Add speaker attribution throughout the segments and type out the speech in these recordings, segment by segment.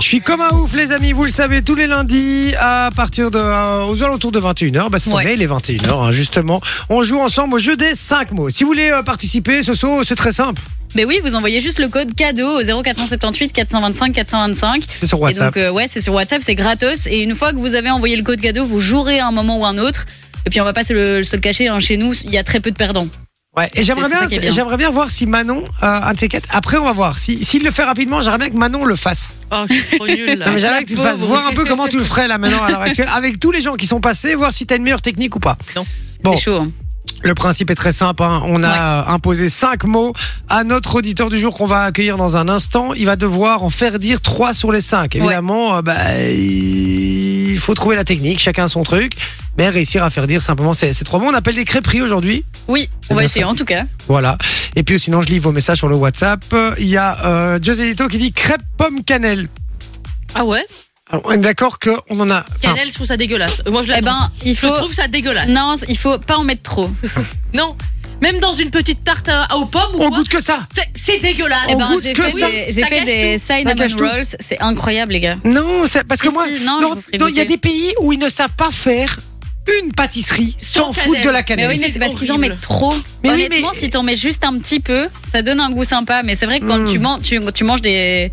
Speaker 1: suis comme un ouf, les amis. Vous le savez, tous les lundis, à partir de, euh, aux alentours de 21h, bah, cette
Speaker 2: Ouais.
Speaker 1: année, il est 21h, hein, justement. On joue ensemble au jeu des 5 mots. Si vous voulez euh, participer, ce saut, c'est très simple.
Speaker 2: Mais Ben oui, vous envoyez juste le code cadeau au 0478 425 425.
Speaker 1: C'est sur
Speaker 2: Et
Speaker 1: WhatsApp.
Speaker 2: donc, euh, ouais, c'est sur WhatsApp, c'est gratos. Et une fois que vous avez envoyé le code cadeau, vous jouerez à un moment ou un autre. Et puis, on va pas se le, se le cacher, hein, chez nous, il y a très peu de perdants.
Speaker 1: Ouais. Et j'aimerais
Speaker 2: euh, c'est ça
Speaker 1: bien,
Speaker 2: qui est bien.
Speaker 1: j'aimerais bien voir si Manon, euh, un de ces quatre, après, on va voir. Si- S'il le fait rapidement, j'aimerais bien que Manon le fasse.
Speaker 3: Oh, je suis trop nulle.
Speaker 1: Non, mais
Speaker 3: là.
Speaker 1: j'aimerais que tu fasses voir un peu comment tu le ferais là maintenant à l'heure actuelle avec tous les gens qui sont passés, voir si t'as une meilleure technique ou pas.
Speaker 3: Non.
Speaker 1: Bon,
Speaker 2: C'est chaud. hein.
Speaker 1: le principe est très simple. hein. On a euh, imposé cinq mots à notre auditeur du jour qu'on va accueillir dans un instant. Il va devoir en faire dire trois sur les cinq. Évidemment, euh, bah, il faut trouver la technique, chacun son truc, mais réussir à faire dire simplement ces, ces trois mots. On appelle des crêperies aujourd'hui.
Speaker 2: Oui,
Speaker 1: C'est
Speaker 2: on va
Speaker 1: bien
Speaker 2: essayer
Speaker 1: ça.
Speaker 2: en tout cas.
Speaker 1: Voilà. Et puis sinon, je lis vos messages sur le WhatsApp. Euh, Il y a euh, José Lito qui dit crêpe pomme cannelle.
Speaker 3: Ah ouais
Speaker 1: Alors, on est d'accord qu'on en a. enfin,
Speaker 3: Cannelle, je trouve ça dégueulasse. Euh, Moi, je
Speaker 2: Eh ben,
Speaker 3: l'annonce.
Speaker 2: il
Speaker 3: Je
Speaker 2: faut.
Speaker 3: trouve ça dégueulasse. Non.
Speaker 2: Non, il faut pas en mettre trop.
Speaker 3: Même dans une petite tarte à- aux pommes ou
Speaker 1: on
Speaker 3: quoi
Speaker 1: goûte que ça.
Speaker 3: C'est- C'est dégueulasse.
Speaker 1: On
Speaker 2: Eh ben,
Speaker 1: goûte
Speaker 2: j'ai
Speaker 1: que
Speaker 2: fait
Speaker 1: ça.
Speaker 2: des, j'ai
Speaker 3: Ça
Speaker 2: fait
Speaker 3: gâche
Speaker 2: des cinnamon
Speaker 1: gâche tout.
Speaker 2: rolls, c'est incroyable, les gars.
Speaker 1: Non, c'est parce que
Speaker 2: Si,
Speaker 1: moi,
Speaker 2: si, non, je
Speaker 1: dans-
Speaker 2: vous ferai
Speaker 1: dans- il y a
Speaker 2: goûter.
Speaker 1: des pays où ils ne savent pas faire une pâtisserie sans
Speaker 3: Sans
Speaker 1: foutre de la
Speaker 2: Mais
Speaker 1: cannelle.
Speaker 2: oui, mais c'est
Speaker 3: c'est
Speaker 2: parce qu'ils en
Speaker 3: horrible.
Speaker 2: mettent trop.
Speaker 1: Mais oui,
Speaker 2: Honnêtement,
Speaker 1: mais-
Speaker 2: si t'en mets juste un petit peu, ça donne un goût sympa. Mais c'est vrai que quand
Speaker 1: Mm.
Speaker 2: tu, man- tu, tu manges des,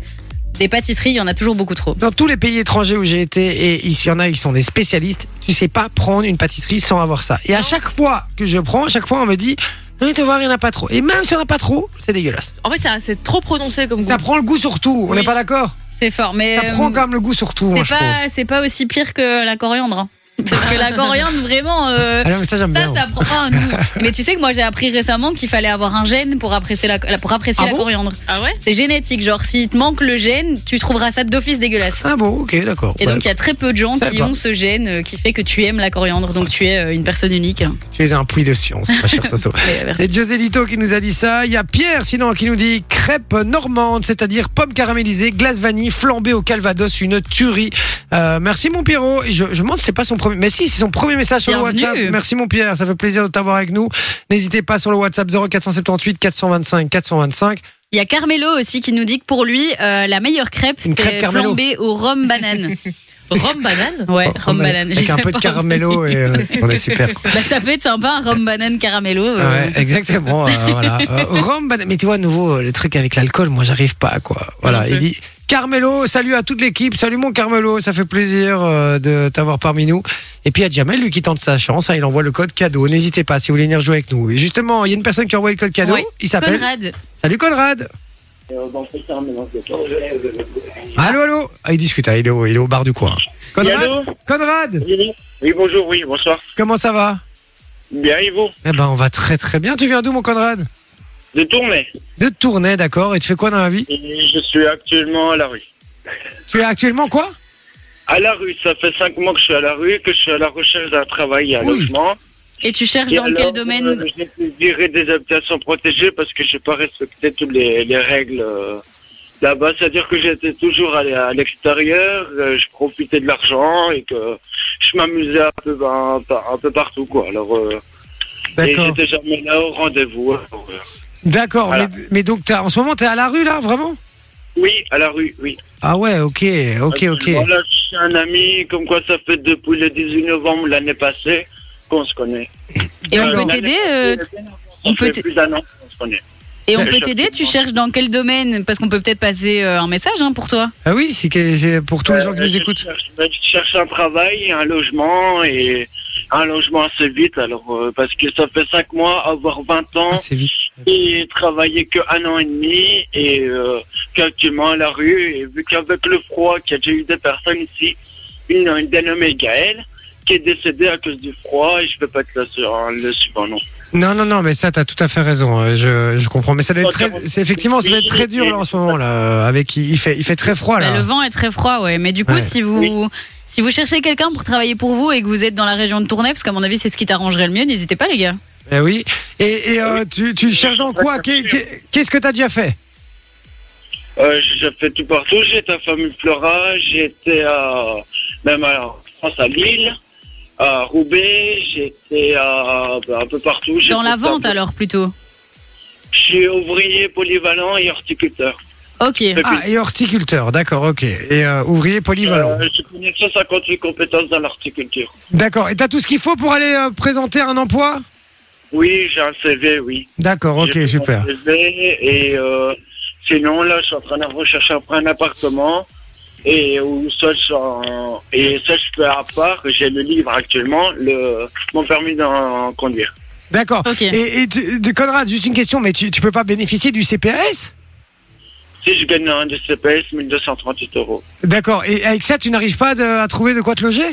Speaker 2: des pâtisseries, il y en a toujours beaucoup trop.
Speaker 1: Dans tous les pays étrangers où j'ai été, et ici, il y en a qui sont des spécialistes, tu sais pas prendre une pâtisserie sans avoir ça. Et à chaque fois que je prends, à chaque fois on me dit, non mais tu vas voir, il n'y en a pas trop. Et même s'il n'y en a pas trop, c'est dégueulasse.
Speaker 3: En fait, ça- c'est trop prononcé comme goût.
Speaker 1: Ça prend le goût sur tout, on
Speaker 3: Oui.
Speaker 1: n'est pas d'accord
Speaker 2: C'est fort. Mais
Speaker 1: Ça
Speaker 2: euh,
Speaker 1: prend quand même le goût sur tout, moi
Speaker 2: c'est
Speaker 1: je trouve.
Speaker 2: pas, c'est pas aussi pire que la coriandre. hein. Parce que la coriandre, vraiment. euh,
Speaker 1: Ah non, mais ça j'aime
Speaker 2: Ça,
Speaker 1: bien.
Speaker 2: ça prend. oh, non. Mais tu sais que moi j'ai appris récemment qu'il fallait avoir un gène pour apprécier la, la- pour apprécier
Speaker 1: Ah
Speaker 2: la
Speaker 1: bon
Speaker 2: coriandre.
Speaker 3: Ah ouais
Speaker 2: C'est génétique, genre si te manque le gène, tu trouveras ça d'office dégueulasse.
Speaker 1: Ah bon, ok, d'accord.
Speaker 2: Et
Speaker 1: Bah,
Speaker 2: donc il y a très peu de gens
Speaker 1: Ça
Speaker 2: qui
Speaker 1: va.
Speaker 2: ont ce gène euh, qui fait que tu aimes la coriandre, donc tu es euh, une personne unique.
Speaker 1: tu es un puits de science, ma chère Soso.
Speaker 2: Mais, euh, merci.
Speaker 1: C'est José Lito qui nous a dit ça. Il y a Pierre, sinon, qui nous dit crêpe normande, c'est-à-dire pommes caramélisées, glace vanille, flambée au calvados, une tuerie. Euh, merci mon Pierrot. Et je, je me demande, si c'est pas son premier. Mais si, c'est son premier message sur
Speaker 2: Bienvenue.
Speaker 1: le WhatsApp. Merci mon Pierre, ça fait plaisir de t'avoir avec nous. N'hésitez pas sur le WhatsApp 0478 425 425.
Speaker 2: Il y a Carmelo aussi qui nous dit que pour lui euh, la meilleure crêpe
Speaker 1: Une crêpe
Speaker 2: c'est
Speaker 1: Carmelo.
Speaker 2: flambée au rhum banane.
Speaker 3: Rhum banane
Speaker 2: Ouais,
Speaker 1: Oh,
Speaker 2: rhum
Speaker 1: mais-
Speaker 2: banane.
Speaker 1: Avec
Speaker 2: J'ai
Speaker 1: un peu de
Speaker 2: pas-
Speaker 1: caramello et euh, on est super. quoi.
Speaker 2: Bah, ça peut être sympa un rhum banane caramello. euh.
Speaker 1: Ouais, exactement. euh, voilà. Euh, rhum banane. Mais tu vois, à nouveau, euh, le truc avec l'alcool, moi, j'arrive pas, quoi. Voilà.
Speaker 3: Non
Speaker 1: Il
Speaker 3: plus.
Speaker 1: dit Carmelo, salut à toute l'équipe. Salut mon Carmelo, ça fait plaisir euh, de t'avoir parmi nous. Et puis, il y a Jamel, lui, qui tente sa chance. hein, il envoie le code cadeau. N'hésitez pas si vous voulez venir jouer avec nous. Et justement, il y a une personne qui a envoyé le code cadeau.
Speaker 2: Ouais.
Speaker 1: Il s'appelle.
Speaker 2: Conrad.
Speaker 1: Salut Conrad.
Speaker 4: Euh, ben, en fait, c'est un mélange de tout.
Speaker 1: Allô, allô. Ah, il discute. hein, il, est au, il est au bar du coin. Conrad,
Speaker 4: Allô
Speaker 1: Conrad
Speaker 4: Oui, bonjour, oui, bonsoir.
Speaker 1: comment ça va
Speaker 4: Bien, et vous
Speaker 1: Eh ben, on va très très bien. Tu viens d'où, mon Conrad
Speaker 4: De tourner.
Speaker 1: De Tournai, d'accord. Et tu fais quoi dans la vie
Speaker 4: Et je suis actuellement à la rue.
Speaker 1: Tu es actuellement quoi
Speaker 4: À la rue, ça fait cinq mois que je suis à la rue, que je suis à la recherche d'un travail et un
Speaker 1: Oui.
Speaker 4: logement.
Speaker 2: Et tu cherches
Speaker 4: Et
Speaker 2: Ah, dans quel
Speaker 4: alors,
Speaker 2: domaine
Speaker 4: euh, Je dirais des habitations protégées parce que j'ai pas respecté toutes les, les règles euh, là-bas. C'est-à-dire que j'étais toujours à, l'e- à l'extérieur, euh, je profitais de l'argent et que je m'amusais un peu, ben, par- un peu partout, quoi. Alors, euh, et
Speaker 1: D'accord.
Speaker 4: j'étais jamais là au rendez-vous. Alors, euh,
Speaker 1: D'accord,
Speaker 4: Voilà.
Speaker 1: mais, mais donc t'as- en ce moment t'es à la rue là, vraiment
Speaker 4: Oui, à la rue, oui.
Speaker 1: Ah ouais, ok, ok, ok.
Speaker 4: Voilà, j'ai un ami, comme quoi ça fait depuis le 18 novembre l'année passée qu'on se connaît.
Speaker 2: Et on
Speaker 4: Alors,
Speaker 2: peut t'aider euh, on
Speaker 4: on
Speaker 2: peut
Speaker 4: peut
Speaker 2: t-
Speaker 4: plus d'un an qu'on se connaît.
Speaker 2: Et on
Speaker 4: Ouais,
Speaker 2: peut t'aider Tu
Speaker 4: exactement.
Speaker 2: cherches dans quel domaine Parce qu'on peut peut-être passer euh, un message hein, pour toi.
Speaker 1: Ah oui, c'est que- c'est pour tous les gens qui
Speaker 4: Euh,
Speaker 1: nous
Speaker 4: je
Speaker 1: écoutent.
Speaker 4: cherche- Je cherche un travail, un logement et un logement assez vite. Alors, euh, parce que ça fait 5 mois, avoir 20 ans
Speaker 1: Ah, c'est vite.
Speaker 4: et travailler que un an et demi et euh, qu'actuellement à la rue. Et vu qu'avec le froid, qu'il y a déjà eu des personnes ici, une, une dénommée Gaëlle, qui est décédée à cause du froid et je peux pas être le, su- le suivant, non.
Speaker 1: Non, non, non, mais ça t'as tout à fait raison. euh, Je, je comprends, mais ça doit être très, c'est effectivement, ça doit être très dur là en ce moment là. euh, Avec il il fait, il fait très froid
Speaker 2: Bah, le
Speaker 1: là.
Speaker 2: vent est très froid, ouais. Mais du coup,
Speaker 1: Ouais.
Speaker 2: si vous si vous cherchez quelqu'un pour travailler pour vous et que vous êtes dans la région de Tournai, parce qu'à mon avis c'est ce qui t'arrangerait le mieux, n'hésitez pas les gars.
Speaker 1: Eh oui. Et, et, euh, tu, tu cherches dans quoi Qu'est- qu'est- Qu'est-ce que t'as déjà fait
Speaker 4: Euh, j'ai fait tout partout. J'ai été à Famille Flora, j'ai été à, même à, en France, à Lille, à Roubaix, j'ai été à, bah, un peu partout. J'ai
Speaker 2: Dans
Speaker 4: fait
Speaker 2: la
Speaker 4: ça.
Speaker 2: vente alors plutôt.
Speaker 4: Je suis ouvrier polyvalent et horticulteur.
Speaker 2: Ok.
Speaker 1: Ah, et horticulteur, d'accord, ok. Et euh, ouvrier polyvalent.
Speaker 4: Euh, J'ai connu 158 compétences dans l'horticulture.
Speaker 1: D'accord. Et t'as tout ce qu'il faut pour aller euh, présenter un emploi
Speaker 4: Oui, j'ai un CV, oui.
Speaker 1: D'accord, ok,
Speaker 4: J'ai fait mon
Speaker 1: super.
Speaker 4: CV et euh, sinon, là, je suis en train de rechercher après un appartement. Et euh, où soit je, suis en- et ça, je peux à part, j'ai le livre actuellement, le, mon permis d'en conduire.
Speaker 1: D'accord.
Speaker 2: Ok.
Speaker 1: Et, et tu- de Conrad, juste une question, mais tu, tu peux pas bénéficier du CPS
Speaker 4: Si je gagne un DCPS, 1238 euros.
Speaker 1: D'accord. Et avec ça, tu n'arrives pas de- à trouver de quoi te loger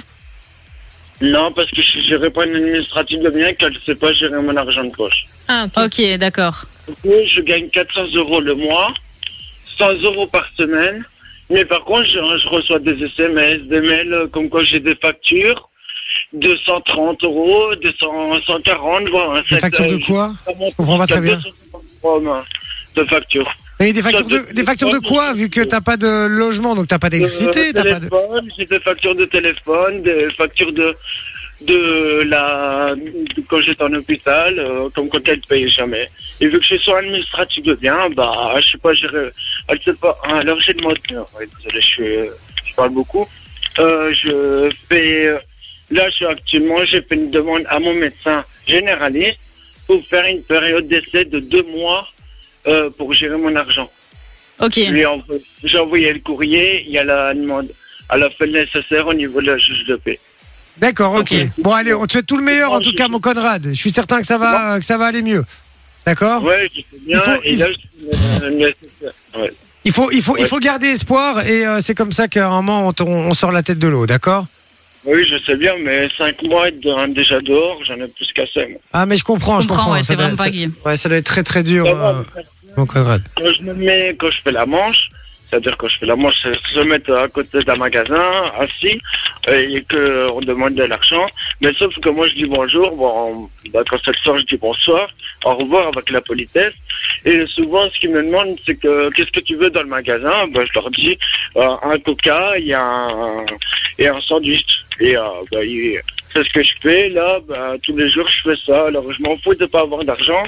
Speaker 4: Non, parce que je gérerai pas une administrative de bien car je sais pas gérer mon argent de poche.
Speaker 3: Ah, ok.
Speaker 2: Ok, d'accord.
Speaker 4: Oui, je gagne 400 euros le mois, 100 euros par semaine. Mais par contre, je, je reçois des SMS, des mails, euh, comme quoi j'ai des factures. 230 euros, 200, 140, voilà.
Speaker 1: Des factures de
Speaker 4: euh,
Speaker 1: quoi
Speaker 4: Je
Speaker 1: comprends pas très bien.
Speaker 4: De factures.
Speaker 1: Et des factures de, des factures de quoi Vu que t'as pas de logement, donc t'as pas d'électricité,
Speaker 4: De
Speaker 1: t'as pas de.
Speaker 4: Euh, téléphone, J'ai des factures de téléphone, des factures de de la de- quand j'étais en hôpital, euh, comme quand elle paye jamais. Et vu que je suis sur administratif de bien, bah je sais pas, j'ai re- elle sait pas. hein, alors j'ai le mot. de- ouais, désolé, je suis, euh, je parle beaucoup. Euh, je fais euh, là, je suis actuellement, j'ai fait une demande à mon médecin généraliste pour faire une période d'essai de deux mois euh, pour gérer mon argent.
Speaker 2: Ok.
Speaker 4: Lui, on- J'ai envoyé le courrier, il y a la demande. Elle a fait le nécessaire au niveau de la juge de paix.
Speaker 1: D'accord, ok.
Speaker 4: Ok.
Speaker 1: Bon, allez, on te souhaite tout le meilleur, en tout cas, mon Conrad. Je suis certain que ça va, que ça va aller mieux. D'accord.
Speaker 4: Ouais, je sais bien.
Speaker 1: Oh. Il faut-
Speaker 4: et
Speaker 1: il-
Speaker 4: là, je- le nécessaire. Ouais.
Speaker 1: Il faut, il faut, il
Speaker 4: Ouais.
Speaker 1: faut garder espoir et euh, c'est comme ça qu'à un moment on, t- on sort la tête de l'eau, d'accord
Speaker 4: Oui, je sais bien, mais 5 mois de- déjà dehors, j'en ai plus qu'à ça. moi.
Speaker 1: Ah mais je comprends,
Speaker 2: Je
Speaker 1: je comprends.
Speaker 2: comprends, ouais,
Speaker 1: ça
Speaker 2: c'est
Speaker 1: doit-
Speaker 2: vraiment pas
Speaker 1: ça-
Speaker 2: gay.
Speaker 1: Ouais, ça doit être très très dur.
Speaker 4: Ça va,
Speaker 1: euh, mon Conrad.
Speaker 4: Quand je me mets, quand je fais la manche, c'est-à-dire quand je fais la manche, c'est se mettre à côté d'un magasin, assis, et qu'on demande de l'argent. Mais sauf que moi, je dis bonjour, bon, bah, quand ça le sort, je dis bonsoir, au revoir avec la politesse. Et souvent, ce qu'ils me demandent, c'est que qu'est-ce que tu veux dans le magasin bah, Je leur dis euh, un coca et un, et un sandwich. Et euh, bah, ils- c'est ce que je fais là, bah, tous les jours, je fais ça. Alors, je m'en fous de pas avoir d'argent.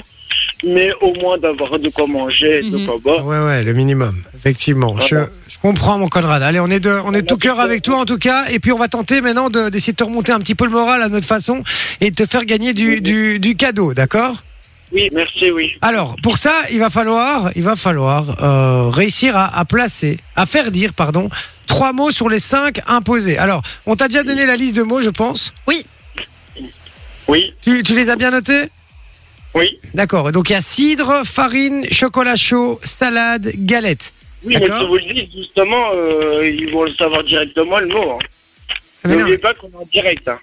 Speaker 4: Mais au moins d'avoir de quoi manger, et de
Speaker 2: Mhm.
Speaker 4: quoi boire.
Speaker 1: Ouais ouais, le minimum. Effectivement. Je,
Speaker 4: Voilà.
Speaker 1: je comprends mon Conrad. Allez, on est de, on est de tout cœur avec toi en tout cas. Et puis on va tenter maintenant de- d'essayer de te remonter un petit peu le moral à notre façon et de te faire gagner du, du, du cadeau, d'accord
Speaker 4: Oui, merci, oui.
Speaker 1: Alors pour ça, il va falloir, il va falloir euh, réussir à, à placer, à faire dire, pardon, trois mots sur les cinq imposés. Alors, on t'a déjà donné la liste de mots, je pense.
Speaker 4: Oui,
Speaker 1: Tu, tu les as bien notés
Speaker 4: oui.
Speaker 1: D'accord. Donc il y a cidre, farine, chocolat chaud, salade, galette.
Speaker 4: Oui, mais
Speaker 1: D'accord.
Speaker 4: si vous le dites, justement, euh, ils vont le savoir directement, le mot. hein.
Speaker 1: Ah, Mais non,
Speaker 4: N'oubliez pas qu'on est en direct. Hein.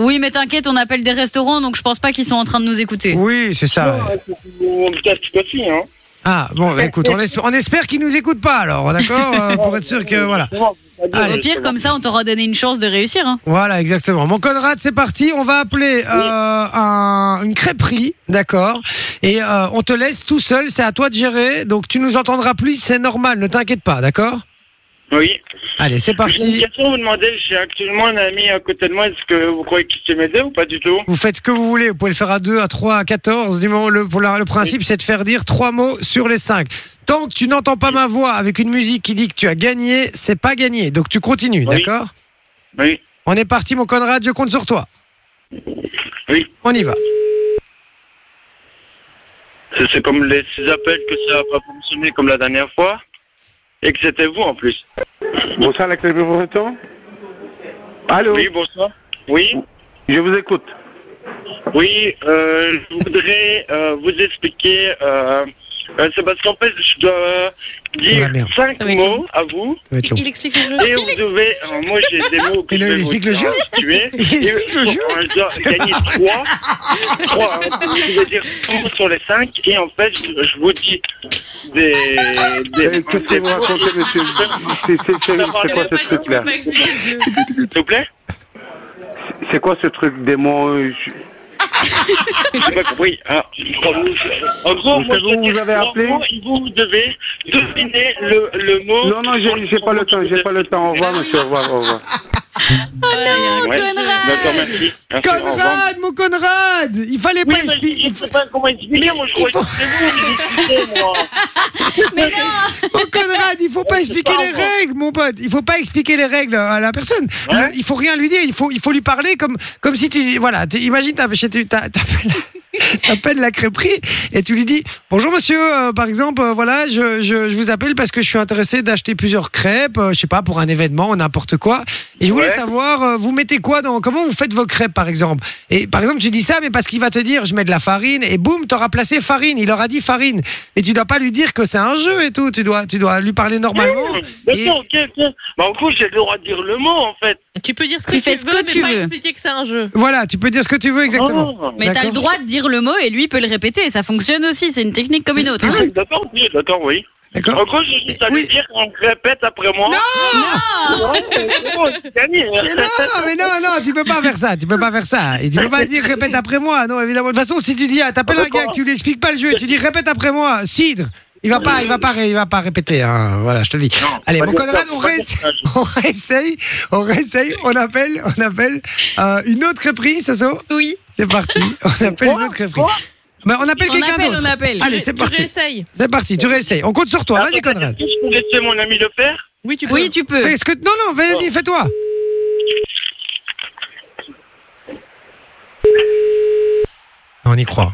Speaker 2: Oui, mais t'inquiète, on appelle des restaurants, donc je pense pas qu'ils sont en train de nous écouter.
Speaker 1: Oui, c'est ça.
Speaker 4: Non, hein, c'est- on me casse tout aussi. Hein.
Speaker 1: Ah bon, bah, écoute, on, espère- on espère qu'ils nous écoutent pas alors, d'accord, euh, pour être sûr que voilà.
Speaker 4: Justement, c'est pas
Speaker 1: Allez.
Speaker 2: Au
Speaker 4: bien,
Speaker 2: pire,
Speaker 4: justement.
Speaker 2: comme ça, on t'aura donné une chance de réussir. hein.
Speaker 1: Voilà, exactement. Mon Conrad, c'est parti. On va appeler euh, un- une crêperie, d'accord, et euh, on te laisse tout seul. C'est à toi de gérer. Donc tu nous entendras plus, c'est normal. Ne t'inquiète pas, d'accord.
Speaker 4: Oui.
Speaker 1: Allez, c'est
Speaker 4: J'ai une
Speaker 1: parti.
Speaker 4: question à vous demander. J'ai actuellement un ami à côté de moi. Est-ce que vous croyez qu'il sait m'aider ou pas du tout
Speaker 1: Vous faites ce que vous voulez, vous pouvez le faire à 2, à 3, à 14. Du moment, le, pour la- le principe, c'est de faire dire trois mots sur les cinq. Tant que tu n'entends pas ma voix avec une musique qui dit que tu as gagné, c'est pas gagné. Donc tu continues,
Speaker 4: Oui.
Speaker 1: d'accord
Speaker 4: Oui.
Speaker 1: On est parti, mon Conrad, je compte sur toi.
Speaker 4: Oui.
Speaker 1: On y va.
Speaker 4: C'est c'est comme les ces appels que ça n'a pas fonctionné comme la dernière fois. Et que c'était vous en plus.
Speaker 5: Bonsoir, la clé de Breton. Allô
Speaker 4: Oui, bonsoir. Oui.
Speaker 5: Je vous écoute.
Speaker 4: Oui, euh, je voudrais euh, vous expliquer. Euh, euh, c'est parce qu'en fait, je dois
Speaker 1: Oh la
Speaker 4: dire
Speaker 1: merde.
Speaker 4: cinq
Speaker 2: Ça va être
Speaker 4: mots à vous.
Speaker 1: Ça va être long.
Speaker 3: Il explique le jeu.
Speaker 4: Et vous devez. euh, moi, j'ai des mots que
Speaker 1: Mais
Speaker 4: je
Speaker 1: non, il
Speaker 4: vais vous
Speaker 1: explique le jeu.
Speaker 4: restituer.
Speaker 1: Il
Speaker 4: Et
Speaker 1: explique le
Speaker 4: pour-
Speaker 1: jeu.
Speaker 4: euh, Je dois gagner trois. Trois. hein. Je vais dire trois mots sur les cinq. Et en fait, je, je vous dis des. des
Speaker 5: Euh, Qu'est-ce que vous racontez, monsieur C'est- c'est- C'est c'est quoi ce
Speaker 3: Tu peux
Speaker 5: truc-là
Speaker 3: pas expliquer le jeu.
Speaker 4: S'il vous plaît
Speaker 5: C'est quoi ce truc des mots euh, je-
Speaker 4: J'ai pas compris. Ah, en gros,
Speaker 5: Vous
Speaker 4: moi, je
Speaker 5: savez
Speaker 4: dois
Speaker 5: où
Speaker 4: dire
Speaker 5: vous avez
Speaker 4: trois
Speaker 5: appelé
Speaker 4: mots et vous devez deviner le, le mot. Ah
Speaker 5: Non, non, j'ai j'ai pas le temps, j'ai pas le temps. Au revoir, monsieur, au revoir, au revoir.
Speaker 2: Ouais,
Speaker 4: D'accord, merci. Merci, au revoir.
Speaker 1: Conrad, mon Conrad Il fallait
Speaker 4: Oui,
Speaker 1: pas
Speaker 4: mais
Speaker 1: expliquer.
Speaker 4: je sais pas comment expliquer, moi je
Speaker 1: Il
Speaker 4: crois que c'est vous, mais discutez, moi.
Speaker 1: Mon Conrad, il faut pas
Speaker 4: Ouais,
Speaker 1: expliquer
Speaker 4: c'est pas
Speaker 1: les
Speaker 4: encore.
Speaker 1: règles, mon pote. Il faut pas expliquer les règles à la personne.
Speaker 4: Ouais.
Speaker 1: Le- il faut rien lui dire. Il faut, il faut lui parler comme, comme si tu. Voilà, t'es- imagine, t'as- chez- t'as- t'appelles. T'appelles la crêperie et tu lui dis bonjour monsieur euh, par exemple euh, voilà je, je, je vous appelle parce que je suis intéressé d'acheter plusieurs crêpes euh, je sais pas pour un événement n'importe quoi et je voulais
Speaker 4: Ouais.
Speaker 1: savoir euh, vous mettez quoi dans comment vous faites vos crêpes par exemple et par exemple tu dis ça mais parce qu'il va te dire je mets de la farine et boum t'auras placé farine il aura dit farine et tu dois pas lui dire que c'est un jeu et tout tu dois tu dois lui parler normalement
Speaker 4: Mmh.
Speaker 1: et-
Speaker 4: D'accord, ok, ok. Bah, en gros, j'ai le droit de dire le mot, en fait.
Speaker 3: Tu peux dire ce que
Speaker 2: Tu
Speaker 3: tu,
Speaker 2: fais ce
Speaker 3: veux,
Speaker 2: que
Speaker 3: mais
Speaker 2: tu
Speaker 3: pas
Speaker 2: veux.
Speaker 3: expliquer que c'est un jeu.
Speaker 1: voilà tu peux dire ce que tu veux exactement
Speaker 4: Ah.
Speaker 2: Mais t'as
Speaker 1: D'accord.
Speaker 2: le droit de dire le mot et lui peut le répéter. Ça fonctionne aussi. C'est une technique comme une autre. hein.
Speaker 4: Ah, D'accord, oui, d'accord, oui. En
Speaker 1: d'accord
Speaker 4: gros, je suis allé
Speaker 1: Ah. Oui.
Speaker 4: dire qu'on répète après moi. Oh. Non Ouais, c'est bon, c'est gagné.
Speaker 1: Mais non, mais non, non, tu peux pas faire ça, tu peux pas faire ça. Et tu peux pas dire répète après moi, non, évidemment. De toute façon, si tu dis, ah, t'appelles un gars, que tu lui expliques pas le jeu, et tu dis répète après moi, cidre, il va pas, il va pas, ré- il va pas répéter, hein. voilà, je te le dis.
Speaker 4: Non,
Speaker 1: Allez,
Speaker 4: pas
Speaker 1: mon
Speaker 4: dire
Speaker 1: Conrad,
Speaker 4: ça,
Speaker 1: on
Speaker 4: pas dire
Speaker 1: reste.
Speaker 4: ça, je-
Speaker 1: On réessaye, on réessaye, on appelle, on appelle euh, une autre crêperie, Soso.
Speaker 2: Oui.
Speaker 1: C'est parti, on appelle une autre crêperie. Mais on appelle
Speaker 2: On
Speaker 1: quelqu'un
Speaker 2: appelle, on
Speaker 1: d'autre.
Speaker 2: appelle.
Speaker 1: Allez,
Speaker 3: Tu-
Speaker 1: c'est
Speaker 3: tu
Speaker 1: parti,
Speaker 3: réessayes.
Speaker 1: c'est parti, tu réessayes. On compte sur toi, vas-y
Speaker 4: Attends,
Speaker 1: Conrad.
Speaker 4: est-ce que Je peux laisser mon ami le faire.
Speaker 3: Oui, tu peux.
Speaker 2: Oui, tu peux.
Speaker 1: Fais ce que- Non, non, vas-y, fais-toi. On y croit.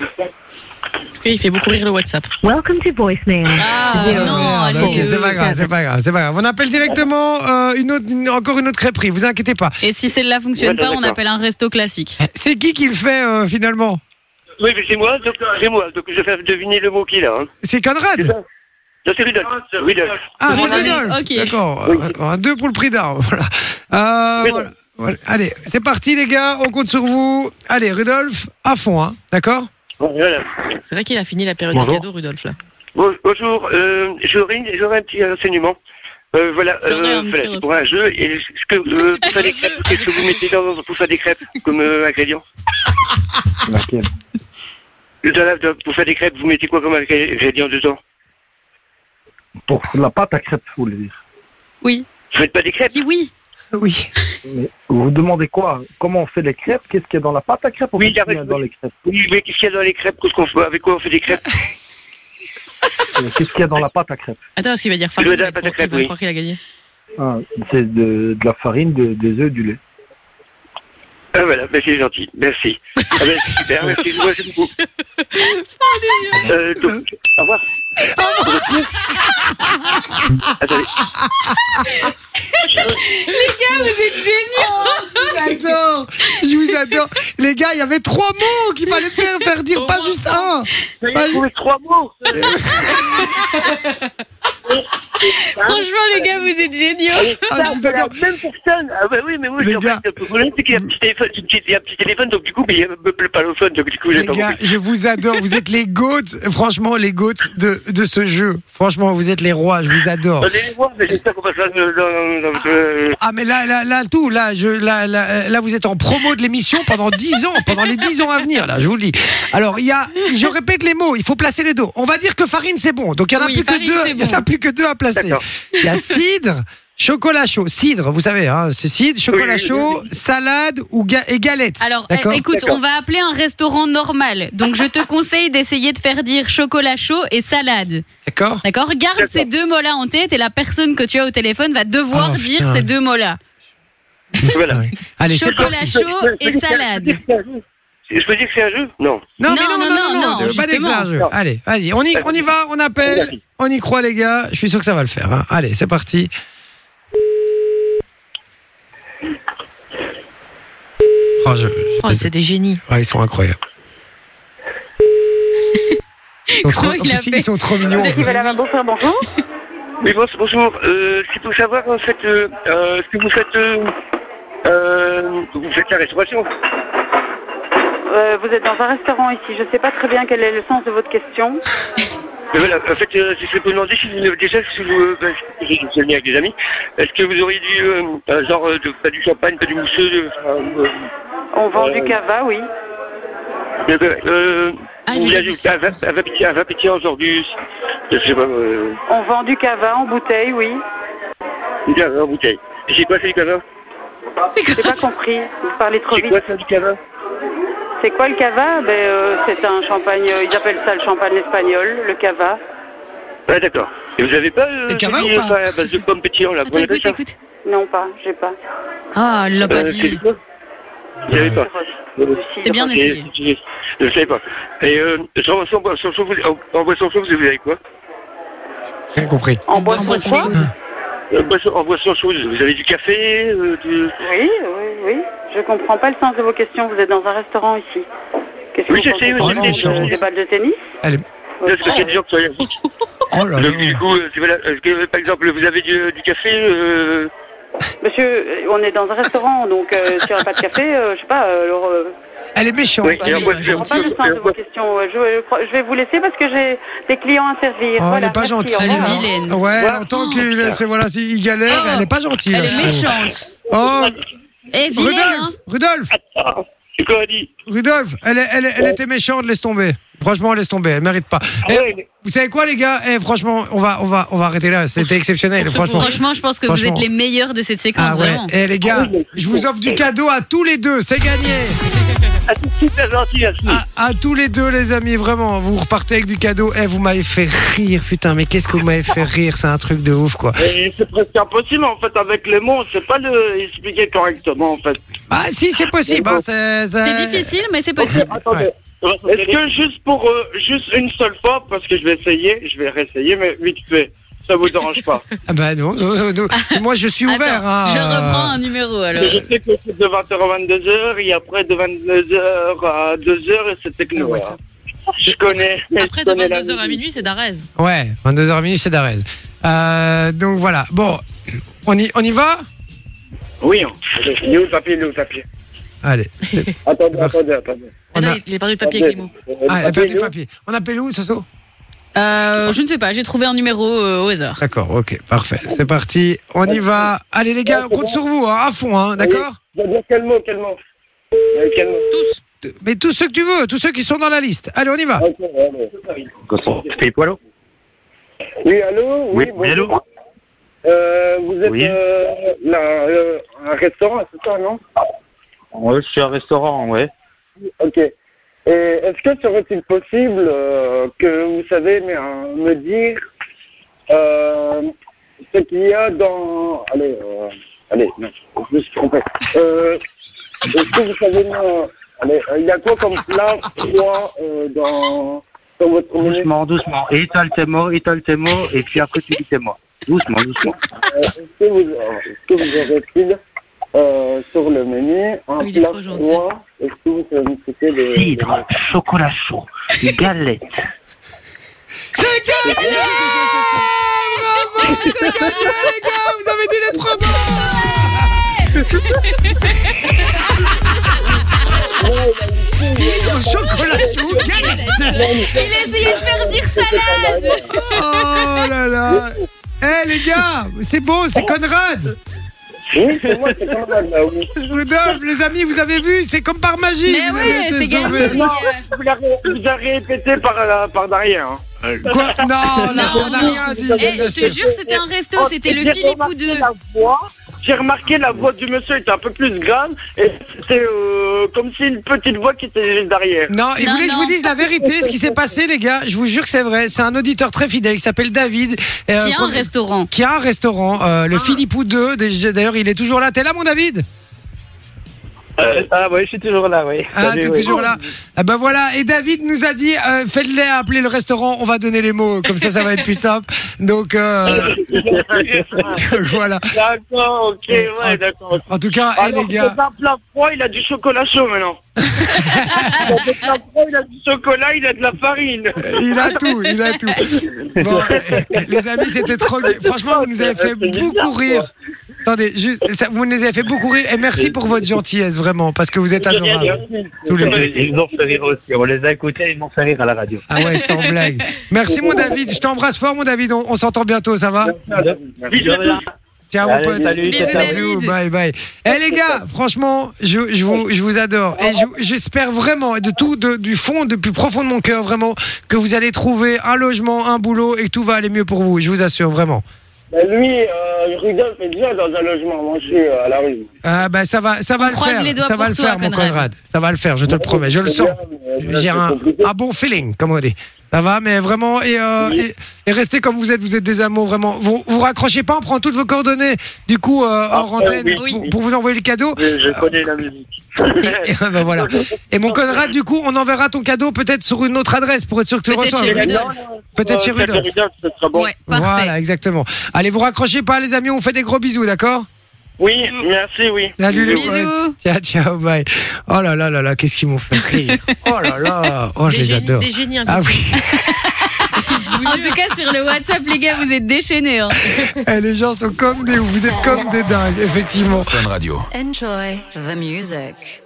Speaker 3: Ok, il fait beaucoup rire le WhatsApp.
Speaker 6: Welcome to voicemail.
Speaker 2: Ah, non,
Speaker 1: Ah,
Speaker 2: allez.
Speaker 1: ok, c'est pas grave, c'est pas grave, c'est pas grave. On appelle directement euh, une autre, une- encore une autre crêperie, vous inquiétez pas.
Speaker 2: Et si celle-là fonctionne
Speaker 4: Ouais,
Speaker 2: pas, on
Speaker 4: d'accord.
Speaker 2: appelle un resto classique.
Speaker 1: C'est qui qui le fait euh, finalement
Speaker 4: Oui, mais c'est moi, donc euh, c'est moi. Donc je vais faire deviner le mot qu'il a. Hein.
Speaker 1: C'est
Speaker 4: C'est
Speaker 1: Conrad
Speaker 4: ça. Non, c'est Rudolf. Rudolf.
Speaker 1: Ah,
Speaker 2: Mon
Speaker 1: c'est
Speaker 2: ami,
Speaker 1: Rudolf
Speaker 2: ok.
Speaker 1: D'accord, euh, un deux pour le prix d'un, voilà. Euh,
Speaker 4: Oui,
Speaker 1: voilà. Voilà. Allez, c'est parti les gars, on compte sur vous. Allez, Rudolf, à fond, hein, d'accord
Speaker 4: Voilà.
Speaker 3: C'est vrai qu'il a fini la période
Speaker 4: Bonjour.
Speaker 3: des cadeaux, Rudolf, là.
Speaker 4: Bon- bonjour, euh, j'aurais une- j'aurais un petit renseignement. Euh, voilà,
Speaker 2: J'aurais
Speaker 4: euh,
Speaker 2: un petit
Speaker 4: voilà, c'est pour un jeu. Et ce que, euh, pour faire des crêpes, qu'est-ce que vous mettez dans, pour faire des crêpes comme euh, ingrédient
Speaker 5: Laquelle
Speaker 4: Dans la- dans- Pour faire des crêpes, vous mettez quoi comme ingrédient dedans
Speaker 5: Pour la pâte à crêpes, vous voulez dire.
Speaker 4: Vous faites pas des crêpes
Speaker 2: Dis oui.
Speaker 1: Oui.
Speaker 5: Mais vous demandez quoi Comment on fait les crêpes Qu'est-ce qu'il y a dans la pâte à crêpes ou
Speaker 4: Oui,
Speaker 5: qu'est-ce qu'il y a
Speaker 4: j'arrête.
Speaker 5: dans les crêpes
Speaker 4: Oui, mais qu'est-ce qu'il y a dans les crêpes Qu'est-ce qu'on fait- Avec quoi on fait des crêpes
Speaker 5: Euh, Qu'est-ce qu'il y a dans la pâte à crêpes
Speaker 3: Attends, parce qu'il va dire
Speaker 4: dois
Speaker 3: farine.
Speaker 4: dire la
Speaker 3: Il va
Speaker 4: pâte à crêpes,
Speaker 3: il va
Speaker 4: oui.
Speaker 3: croire qu'il a gagné.
Speaker 5: Ah, C'est de, de la farine, de- des œufs, du lait.
Speaker 4: Ah voilà, ben, c'est gentil, merci. Ah, ben, c'est super, merci, je vous remercie beaucoup. Euh, donc, au revoir. Attendez,
Speaker 2: Vous êtes géniaux.
Speaker 1: J'adore, je vous adore. Les gars, il y avait trois mots qu'il fallait bien faire dire, pas juste un.
Speaker 4: j'ai trouvé trois mots
Speaker 2: Franchement, les gars, vous êtes géniaux.
Speaker 1: Ah,
Speaker 4: Ça,
Speaker 1: je vous
Speaker 4: c'est la
Speaker 1: adore.
Speaker 4: même personne. Ah bah oui, mais moi,
Speaker 1: Les
Speaker 4: en
Speaker 1: gars.
Speaker 4: fait, le problème, c'est qu'il y a un petit téléphone, une petite- il y a un petit téléphone, donc du coup, mais il y a un peu pas le phone, donc du coup, j'ai
Speaker 1: Les
Speaker 4: pas
Speaker 1: gars,
Speaker 4: compris.
Speaker 1: je vous adore. Vous êtes les goats, franchement, les goats de, de ce jeu. Franchement, vous êtes les rois. Je vous adore.
Speaker 4: On est les voir, mais j'espère qu'on passera dans, dans, dans, euh, dans le...
Speaker 1: Ah mais là, là, là, tout, là, je, là, là, là, vous êtes en promo de l'émission pendant 10 ans, pendant les 10 ans à venir, là, je vous le dis. Alors, il y a, je répète les mots, il faut placer les deux. On va dire que farine, c'est bon. Donc, il y en a
Speaker 2: Oui,
Speaker 1: plus
Speaker 2: farine,
Speaker 1: que deux,
Speaker 2: c'est
Speaker 1: il y en a plus que deux à placer.
Speaker 4: D'accord.
Speaker 1: Il y a cidre, chocolat chaud, cidre, vous savez, hein, c'est cidre, chocolat
Speaker 4: Oui, oui,
Speaker 1: chaud, salade ou ga- et galette.
Speaker 2: Alors,
Speaker 1: D'accord.
Speaker 2: eh, écoute,
Speaker 4: D'accord.
Speaker 2: on va appeler un restaurant normal. Donc, je te conseille d'essayer de faire dire chocolat chaud et salade.
Speaker 1: D'accord?
Speaker 2: D'accord Garde
Speaker 4: D'accord.
Speaker 2: ces deux mots-là en tête et la personne que tu as au téléphone va devoir
Speaker 1: Oh,
Speaker 2: dire
Speaker 1: putain.
Speaker 2: ces deux mots-là.
Speaker 4: Voilà.
Speaker 1: Ouais. Ah Allez, c'est
Speaker 2: Chocolat
Speaker 1: parti.
Speaker 2: chaud et salade.
Speaker 4: Je peux dire que c'est un jeu Non.
Speaker 1: Non, mais
Speaker 2: Non,
Speaker 1: non, non,
Speaker 2: non,
Speaker 1: non,
Speaker 2: non, non,
Speaker 1: non, pas
Speaker 2: justement.
Speaker 1: d'exagération.
Speaker 4: Non.
Speaker 1: Allez, vas-y, on y, on y va, on appelle, on y croit, les gars. Je suis sûr que ça va le faire. hein. Allez, c'est parti. Oh, je- je-
Speaker 3: Oh, c'est des génies.
Speaker 1: ouais, ils sont incroyables. Ils sont, trop,
Speaker 2: Comment il
Speaker 1: en plus,
Speaker 2: a fait
Speaker 1: ils sont trop mignons. en plus.
Speaker 4: Oui, bon, bonjour. Euh, c'est pour savoir, en fait, euh, euh, ce que vous faites... Euh, euh, vous faites la restauration
Speaker 7: Euh, vous êtes dans un restaurant ici. Je ne sais pas très bien quel est le sens de votre question.
Speaker 4: Mais voilà, en fait, euh, je peux demander si vous, déjà, si vous, euh, ben, je je suis venu avec des amis, est-ce que vous auriez du, euh, euh, genre, euh, de- pas du champagne, pas du mousseux, de- enfin, euh,
Speaker 7: On vend
Speaker 4: Euh,
Speaker 7: du cava, oui.
Speaker 4: Euh, euh,
Speaker 3: Ah,
Speaker 4: Il y a
Speaker 3: j'ai
Speaker 4: du
Speaker 3: vu ça.
Speaker 4: cava- avec avec qui aujourd'hui Je sais pas. euh,
Speaker 7: On vend du cava en bouteille, oui.
Speaker 4: du cava en bouteille. C'est quoi ça du cava
Speaker 7: J'ai pas compris. Vous parlez trop
Speaker 4: C'est
Speaker 7: vite.
Speaker 4: quoi ça du cava
Speaker 7: C'est quoi le cava ben, euh, C'est un champagne, euh, ils appellent ça le champagne espagnol, le cava.
Speaker 4: Ouais, d'accord. Et vous avez pas euh,
Speaker 1: Et cava
Speaker 4: celui,
Speaker 1: ou pas
Speaker 4: euh, à base de pommes pétillant là
Speaker 2: Attends,
Speaker 4: comment on appelle
Speaker 2: écoute,
Speaker 4: ça
Speaker 2: écoute.
Speaker 7: Non, pas, j'ai pas.
Speaker 2: Ah, elle l'a pas
Speaker 4: Euh,
Speaker 2: dit.
Speaker 4: c'est quoi Vous avez pas.
Speaker 2: C'était bien
Speaker 4: Et-
Speaker 2: essayé.
Speaker 4: et- Je savais pas. Et euh, sans, sans, sans, sans- vous- en, en boisson chaude, vous avez quoi
Speaker 1: Rien compris. Hein.
Speaker 7: En
Speaker 2: boit
Speaker 7: boisson quoi
Speaker 4: Euh, boisson- En boisson chaude, vous avez du café euh, du-
Speaker 7: Oui, oui, oui. Je comprends pas le sens de vos questions. Vous êtes dans un restaurant ici. Qu'est-ce
Speaker 4: Oui,
Speaker 7: que
Speaker 4: j'essaie,
Speaker 7: vous
Speaker 1: oui,
Speaker 7: pensez
Speaker 1: j'essaie.
Speaker 7: de- Des balles de tennis
Speaker 1: Allez.
Speaker 4: Parce que c'est des gens qui sont allergiques.
Speaker 1: Oh là là.
Speaker 4: Donc, du coup, euh, c'est voilà, est-ce que, par exemple, vous avez du, du café euh,
Speaker 7: Monsieur, euh, on est dans un restaurant, donc euh, si on n'a pas de café, euh, je sais pas, euh, alors... euh,
Speaker 1: Elle est méchante. Oh,
Speaker 4: Oui,
Speaker 2: bah
Speaker 4: et en
Speaker 2: oui,
Speaker 4: boisson-
Speaker 2: bah,
Speaker 4: et en
Speaker 7: je comprends pas
Speaker 4: boisson-
Speaker 7: le sens
Speaker 4: et
Speaker 7: de
Speaker 4: en
Speaker 7: vos
Speaker 4: boisson-
Speaker 7: questions. Je, je crois- je vais vous laisser parce que j'ai des clients à servir.
Speaker 1: Oh, elle
Speaker 7: Voilà,
Speaker 1: est pas
Speaker 7: merci,
Speaker 1: gentille.
Speaker 7: au
Speaker 2: Elle est
Speaker 7: revoir.
Speaker 2: vilaine.
Speaker 1: Ouais,
Speaker 4: Voilà.
Speaker 1: elle entend qu'il
Speaker 4: Oh.
Speaker 1: c'est- voilà, c'est- il galère,
Speaker 2: Oh.
Speaker 1: elle est pas gentille.
Speaker 2: Elle
Speaker 1: je
Speaker 2: est
Speaker 1: trouve.
Speaker 2: méchante.
Speaker 1: Oh,
Speaker 2: Eh, vilaine, hein.
Speaker 1: Rudolf, Rudolf,
Speaker 4: Ah, C'est quoi, dit
Speaker 1: Rudolf, elle, est- elle, est- elle était méchante, laisse tomber. Franchement, laisse tomber, elle mérite pas.
Speaker 2: Ah
Speaker 1: Eh, vous savez quoi, les gars Eh, Franchement, on va, on va, on va arrêter là. C'était exceptionnel, franchement.
Speaker 2: Franchement, je pense que vous
Speaker 1: Franchement.
Speaker 2: êtes les meilleurs de cette séquence,
Speaker 1: Ah ouais.
Speaker 2: vraiment.
Speaker 1: Eh les gars, je vous offre du cadeau à tous les deux, c'est gagné.
Speaker 4: Ah, c'est super gentil, merci.
Speaker 1: À, à tous les deux les amis, vraiment, vous repartez avec du cadeau. Eh vous m'avez fait rire, putain, mais qu'est-ce que vous m'avez fait rire, c'est un truc de ouf quoi.
Speaker 4: Et C'est presque impossible, en fait, avec les mots, on sait pas le expliquer correctement, en fait.
Speaker 1: Ah si, c'est possible. hein, c'est
Speaker 2: C'est
Speaker 1: c'est-
Speaker 2: difficile, mais c'est possible.
Speaker 4: Ah,
Speaker 1: Ouais.
Speaker 4: Est-ce que juste pour euh, juste une seule fois, parce que je vais essayer, je vais réessayer, mais vite fait, ça vous dérange pas.
Speaker 1: Ah bah non, non, non, non. moi je suis ouvert. hein.
Speaker 2: Attends,
Speaker 3: euh,
Speaker 2: je reprends un numéro alors.
Speaker 4: Parce que je sais que c'est de 20h à 22h, et après de 22h à 2h, c'est techno.
Speaker 1: Ouais,
Speaker 4: hein. Je connais.
Speaker 3: Après,
Speaker 4: je
Speaker 3: de
Speaker 4: connais la
Speaker 3: 22h à
Speaker 4: musique.
Speaker 3: minuit, c'est d'Arez.
Speaker 1: Ouais, 22h30 c'est Darez. Euh, donc voilà, bon, on y, on y va
Speaker 4: Oui, hein. Allez, il est où le papier, il est où le papier
Speaker 1: Allez.
Speaker 4: Attendez,
Speaker 1: Merci.
Speaker 4: attendez, attendez. Euh,
Speaker 1: On
Speaker 3: Ah
Speaker 1: a-
Speaker 3: non, Il a perdu le papier avec les mots.
Speaker 1: Ah, elle a perdu
Speaker 4: il est
Speaker 1: le
Speaker 4: où
Speaker 1: papier. On appelle où, Soso
Speaker 2: Euh, je ne sais pas, j'ai trouvé un numéro euh, au hasard.
Speaker 1: D'accord, ok, parfait. C'est parti, on y va. Allez les gars, on compte sur vous, hein, à fond, hein, d'accord
Speaker 4: Bien, bien, Quel mot, quel mot Euh, Quel mot
Speaker 3: Tous.
Speaker 1: Mais tous ceux que tu veux, tous ceux qui sont dans la liste. Allez, on y va.
Speaker 4: Ok, allez.
Speaker 6: C'était Poilot
Speaker 4: Oui, allô
Speaker 6: Oui, oui,
Speaker 4: bonjour.
Speaker 6: allô
Speaker 4: Euh, vous êtes
Speaker 6: Oui.
Speaker 4: euh, là, euh, un restaurant, c'est ça, non
Speaker 6: Ouais, je suis à un restaurant, ouais.
Speaker 4: Ok. Et est-ce que serait-il possible euh, que vous savez mais, euh, me dire euh, ce qu'il y a dans... Allez, euh, allez, non, je me suis trompé. Euh, est-ce que vous savez... me- allez, euh, il y a quoi comme plat froid euh, dans, dans votre menu
Speaker 6: Doucement, doucement. Et étale tes mots, étale tes mots, et puis après tu dis tes mots. Doucement, doucement.
Speaker 4: Est-ce que vous, euh, est-ce que vous aurez-il euh, sur le menu un
Speaker 3: Oh, il est
Speaker 4: plat
Speaker 3: trop gentil.
Speaker 4: froid Est-ce que vous pouvez me citer des...
Speaker 6: Cidre, chocolat chaud, galette.
Speaker 1: C'est gagné Bravo, c'est gagné les gars Vous avez dit les trois mots Cidre, chocolat chaud, galette
Speaker 2: Il essayait de faire dire salade
Speaker 1: Oh là là Eh les gars, c'est bon, c'est Conrad
Speaker 4: Oui, c'est moi, c'est quand même... là, oui.
Speaker 1: Rudolf, les amis, vous avez vu, c'est comme par magie
Speaker 2: Mais
Speaker 1: vous avez
Speaker 2: ouais,
Speaker 1: été
Speaker 2: c'est gagné
Speaker 1: sauvés.
Speaker 2: les gars.
Speaker 4: Vous la ré- vous la répété par, euh, par derrière. hein.
Speaker 1: Quoi Non, non, on n'a rien dit
Speaker 2: Eh, je te jure, c'était un resto, c'était le
Speaker 4: Oh, J'ai
Speaker 2: Philippou
Speaker 4: remarqué
Speaker 2: 2.
Speaker 4: la voix- J'ai remarqué la voix du monsieur était un peu plus grave et c'était euh, comme si une petite voix qui était juste derrière.
Speaker 1: Non, il
Speaker 2: Non,
Speaker 1: voulait que je
Speaker 2: non.
Speaker 1: vous dise la vérité, ce qui s'est passé, les gars. Je vous jure que c'est vrai. C'est un auditeur très fidèle qui s'appelle David. euh,
Speaker 2: Qui a
Speaker 1: qu'on-
Speaker 2: un restaurant.
Speaker 1: qui a un restaurant, euh, le Philippou 2. Des- D'ailleurs, il est toujours là. T'es là, mon David
Speaker 4: ah oui, je suis toujours là, oui.
Speaker 1: Ah, t'es toujours là. Ah ben voilà. Et David nous a dit, euh, faites-les appeler le restaurant. On va donner les mots. Comme ça, ça va être plus simple. Donc, euh, donc voilà.
Speaker 4: D'accord, ok,
Speaker 1: Ah,
Speaker 4: ouais, d'accord.
Speaker 1: En tout cas, eh,
Speaker 4: Alors,
Speaker 1: les gars.
Speaker 4: c'est un plat froid, il a du chocolat chaud maintenant. Dans le plat froid, il a du chocolat, il a de la farine.
Speaker 1: Il a tout, il a tout. Bon, les amis, c'était trop. gai. Franchement, vous nous avez fait
Speaker 4: C'est bizarre,
Speaker 1: beaucoup rire. Attendez, juste, ça- vous nous avez fait beaucoup rire et merci pour votre gentillesse, vraiment, parce que vous êtes adorables. Tous les deux.
Speaker 6: Ils nous ont fait rire aussi. On les a écoutés, ils m'ont fait rire à la radio.
Speaker 1: Ah ouais, sans blague. Merci, mon David. Je t'embrasse fort, mon David. On, on s'entend bientôt, ça va
Speaker 4: Bisous à tous.
Speaker 1: Ciao, mon
Speaker 8: Allez,
Speaker 1: pote.
Speaker 8: salut,
Speaker 2: Bisous, ciao.
Speaker 1: Bisous,
Speaker 2: David.
Speaker 1: bye, bye. Eh, les gars, franchement, je, je vous, je vous adore. Et je- j'espère vraiment, et de tout, de- du fond, du plus profond de mon cœur, vraiment, que vous allez trouver un logement, un boulot et que tout va aller mieux pour vous. Je vous assure, vraiment.
Speaker 8: Ben, lui, euh, Rudolf est déjà dans un logement. Moi, je suis euh, à la rue.
Speaker 1: Ah, bah, ça va, ça va
Speaker 2: On
Speaker 1: le
Speaker 2: croise
Speaker 1: faire.
Speaker 2: les doigts
Speaker 1: ça va
Speaker 2: pour
Speaker 1: le
Speaker 2: toi,
Speaker 1: faire, mon
Speaker 2: Conrad.
Speaker 1: Conrad. Ça va le faire, je te le promets. Je le sens.
Speaker 8: euh,
Speaker 1: J'ai un, un bon feeling, comme on dit. Ça va, mais vraiment, et, euh, et, et restez comme vous êtes, vous êtes des amours, vraiment. Vous vous raccrochez pas, on prend toutes vos coordonnées, du coup, euh, hors
Speaker 8: Ah,
Speaker 1: antenne,
Speaker 8: oui.
Speaker 1: pour, pour vous envoyer le cadeau.
Speaker 4: Je, je connais la musique.
Speaker 1: Et, et ben voilà. Et mon Conrad, du coup, on enverra ton cadeau peut-être sur une autre adresse pour être sûr que tu le
Speaker 2: Peut-être
Speaker 1: reçois.
Speaker 2: chez
Speaker 1: mais-
Speaker 2: Rudolf.
Speaker 1: Peut-être
Speaker 4: Oh,
Speaker 1: chez Rudolf.
Speaker 4: ce sera bon.
Speaker 2: Ouais, parfait.
Speaker 1: Voilà, exactement. Allez, vous raccrochez pas, les amis, on vous fait des gros bisous, d'accord
Speaker 4: Oui, merci, oui.
Speaker 1: Salut les
Speaker 2: Bisous.
Speaker 1: potes. Ciao, ciao, bye. Oh là là là là, qu'est-ce qu'ils m'ont fait rire. Oh là là. Oh, je
Speaker 3: des,
Speaker 1: les
Speaker 3: génies,
Speaker 1: adore.
Speaker 3: des génies, hein.
Speaker 1: Ah oui.
Speaker 2: En tout cas, sur le WhatsApp, les gars, vous êtes déchaînés. hein.
Speaker 1: Eh, les gens sont comme des, vous êtes comme des dingues, effectivement.
Speaker 9: Fun Radio.
Speaker 10: Enjoy the music.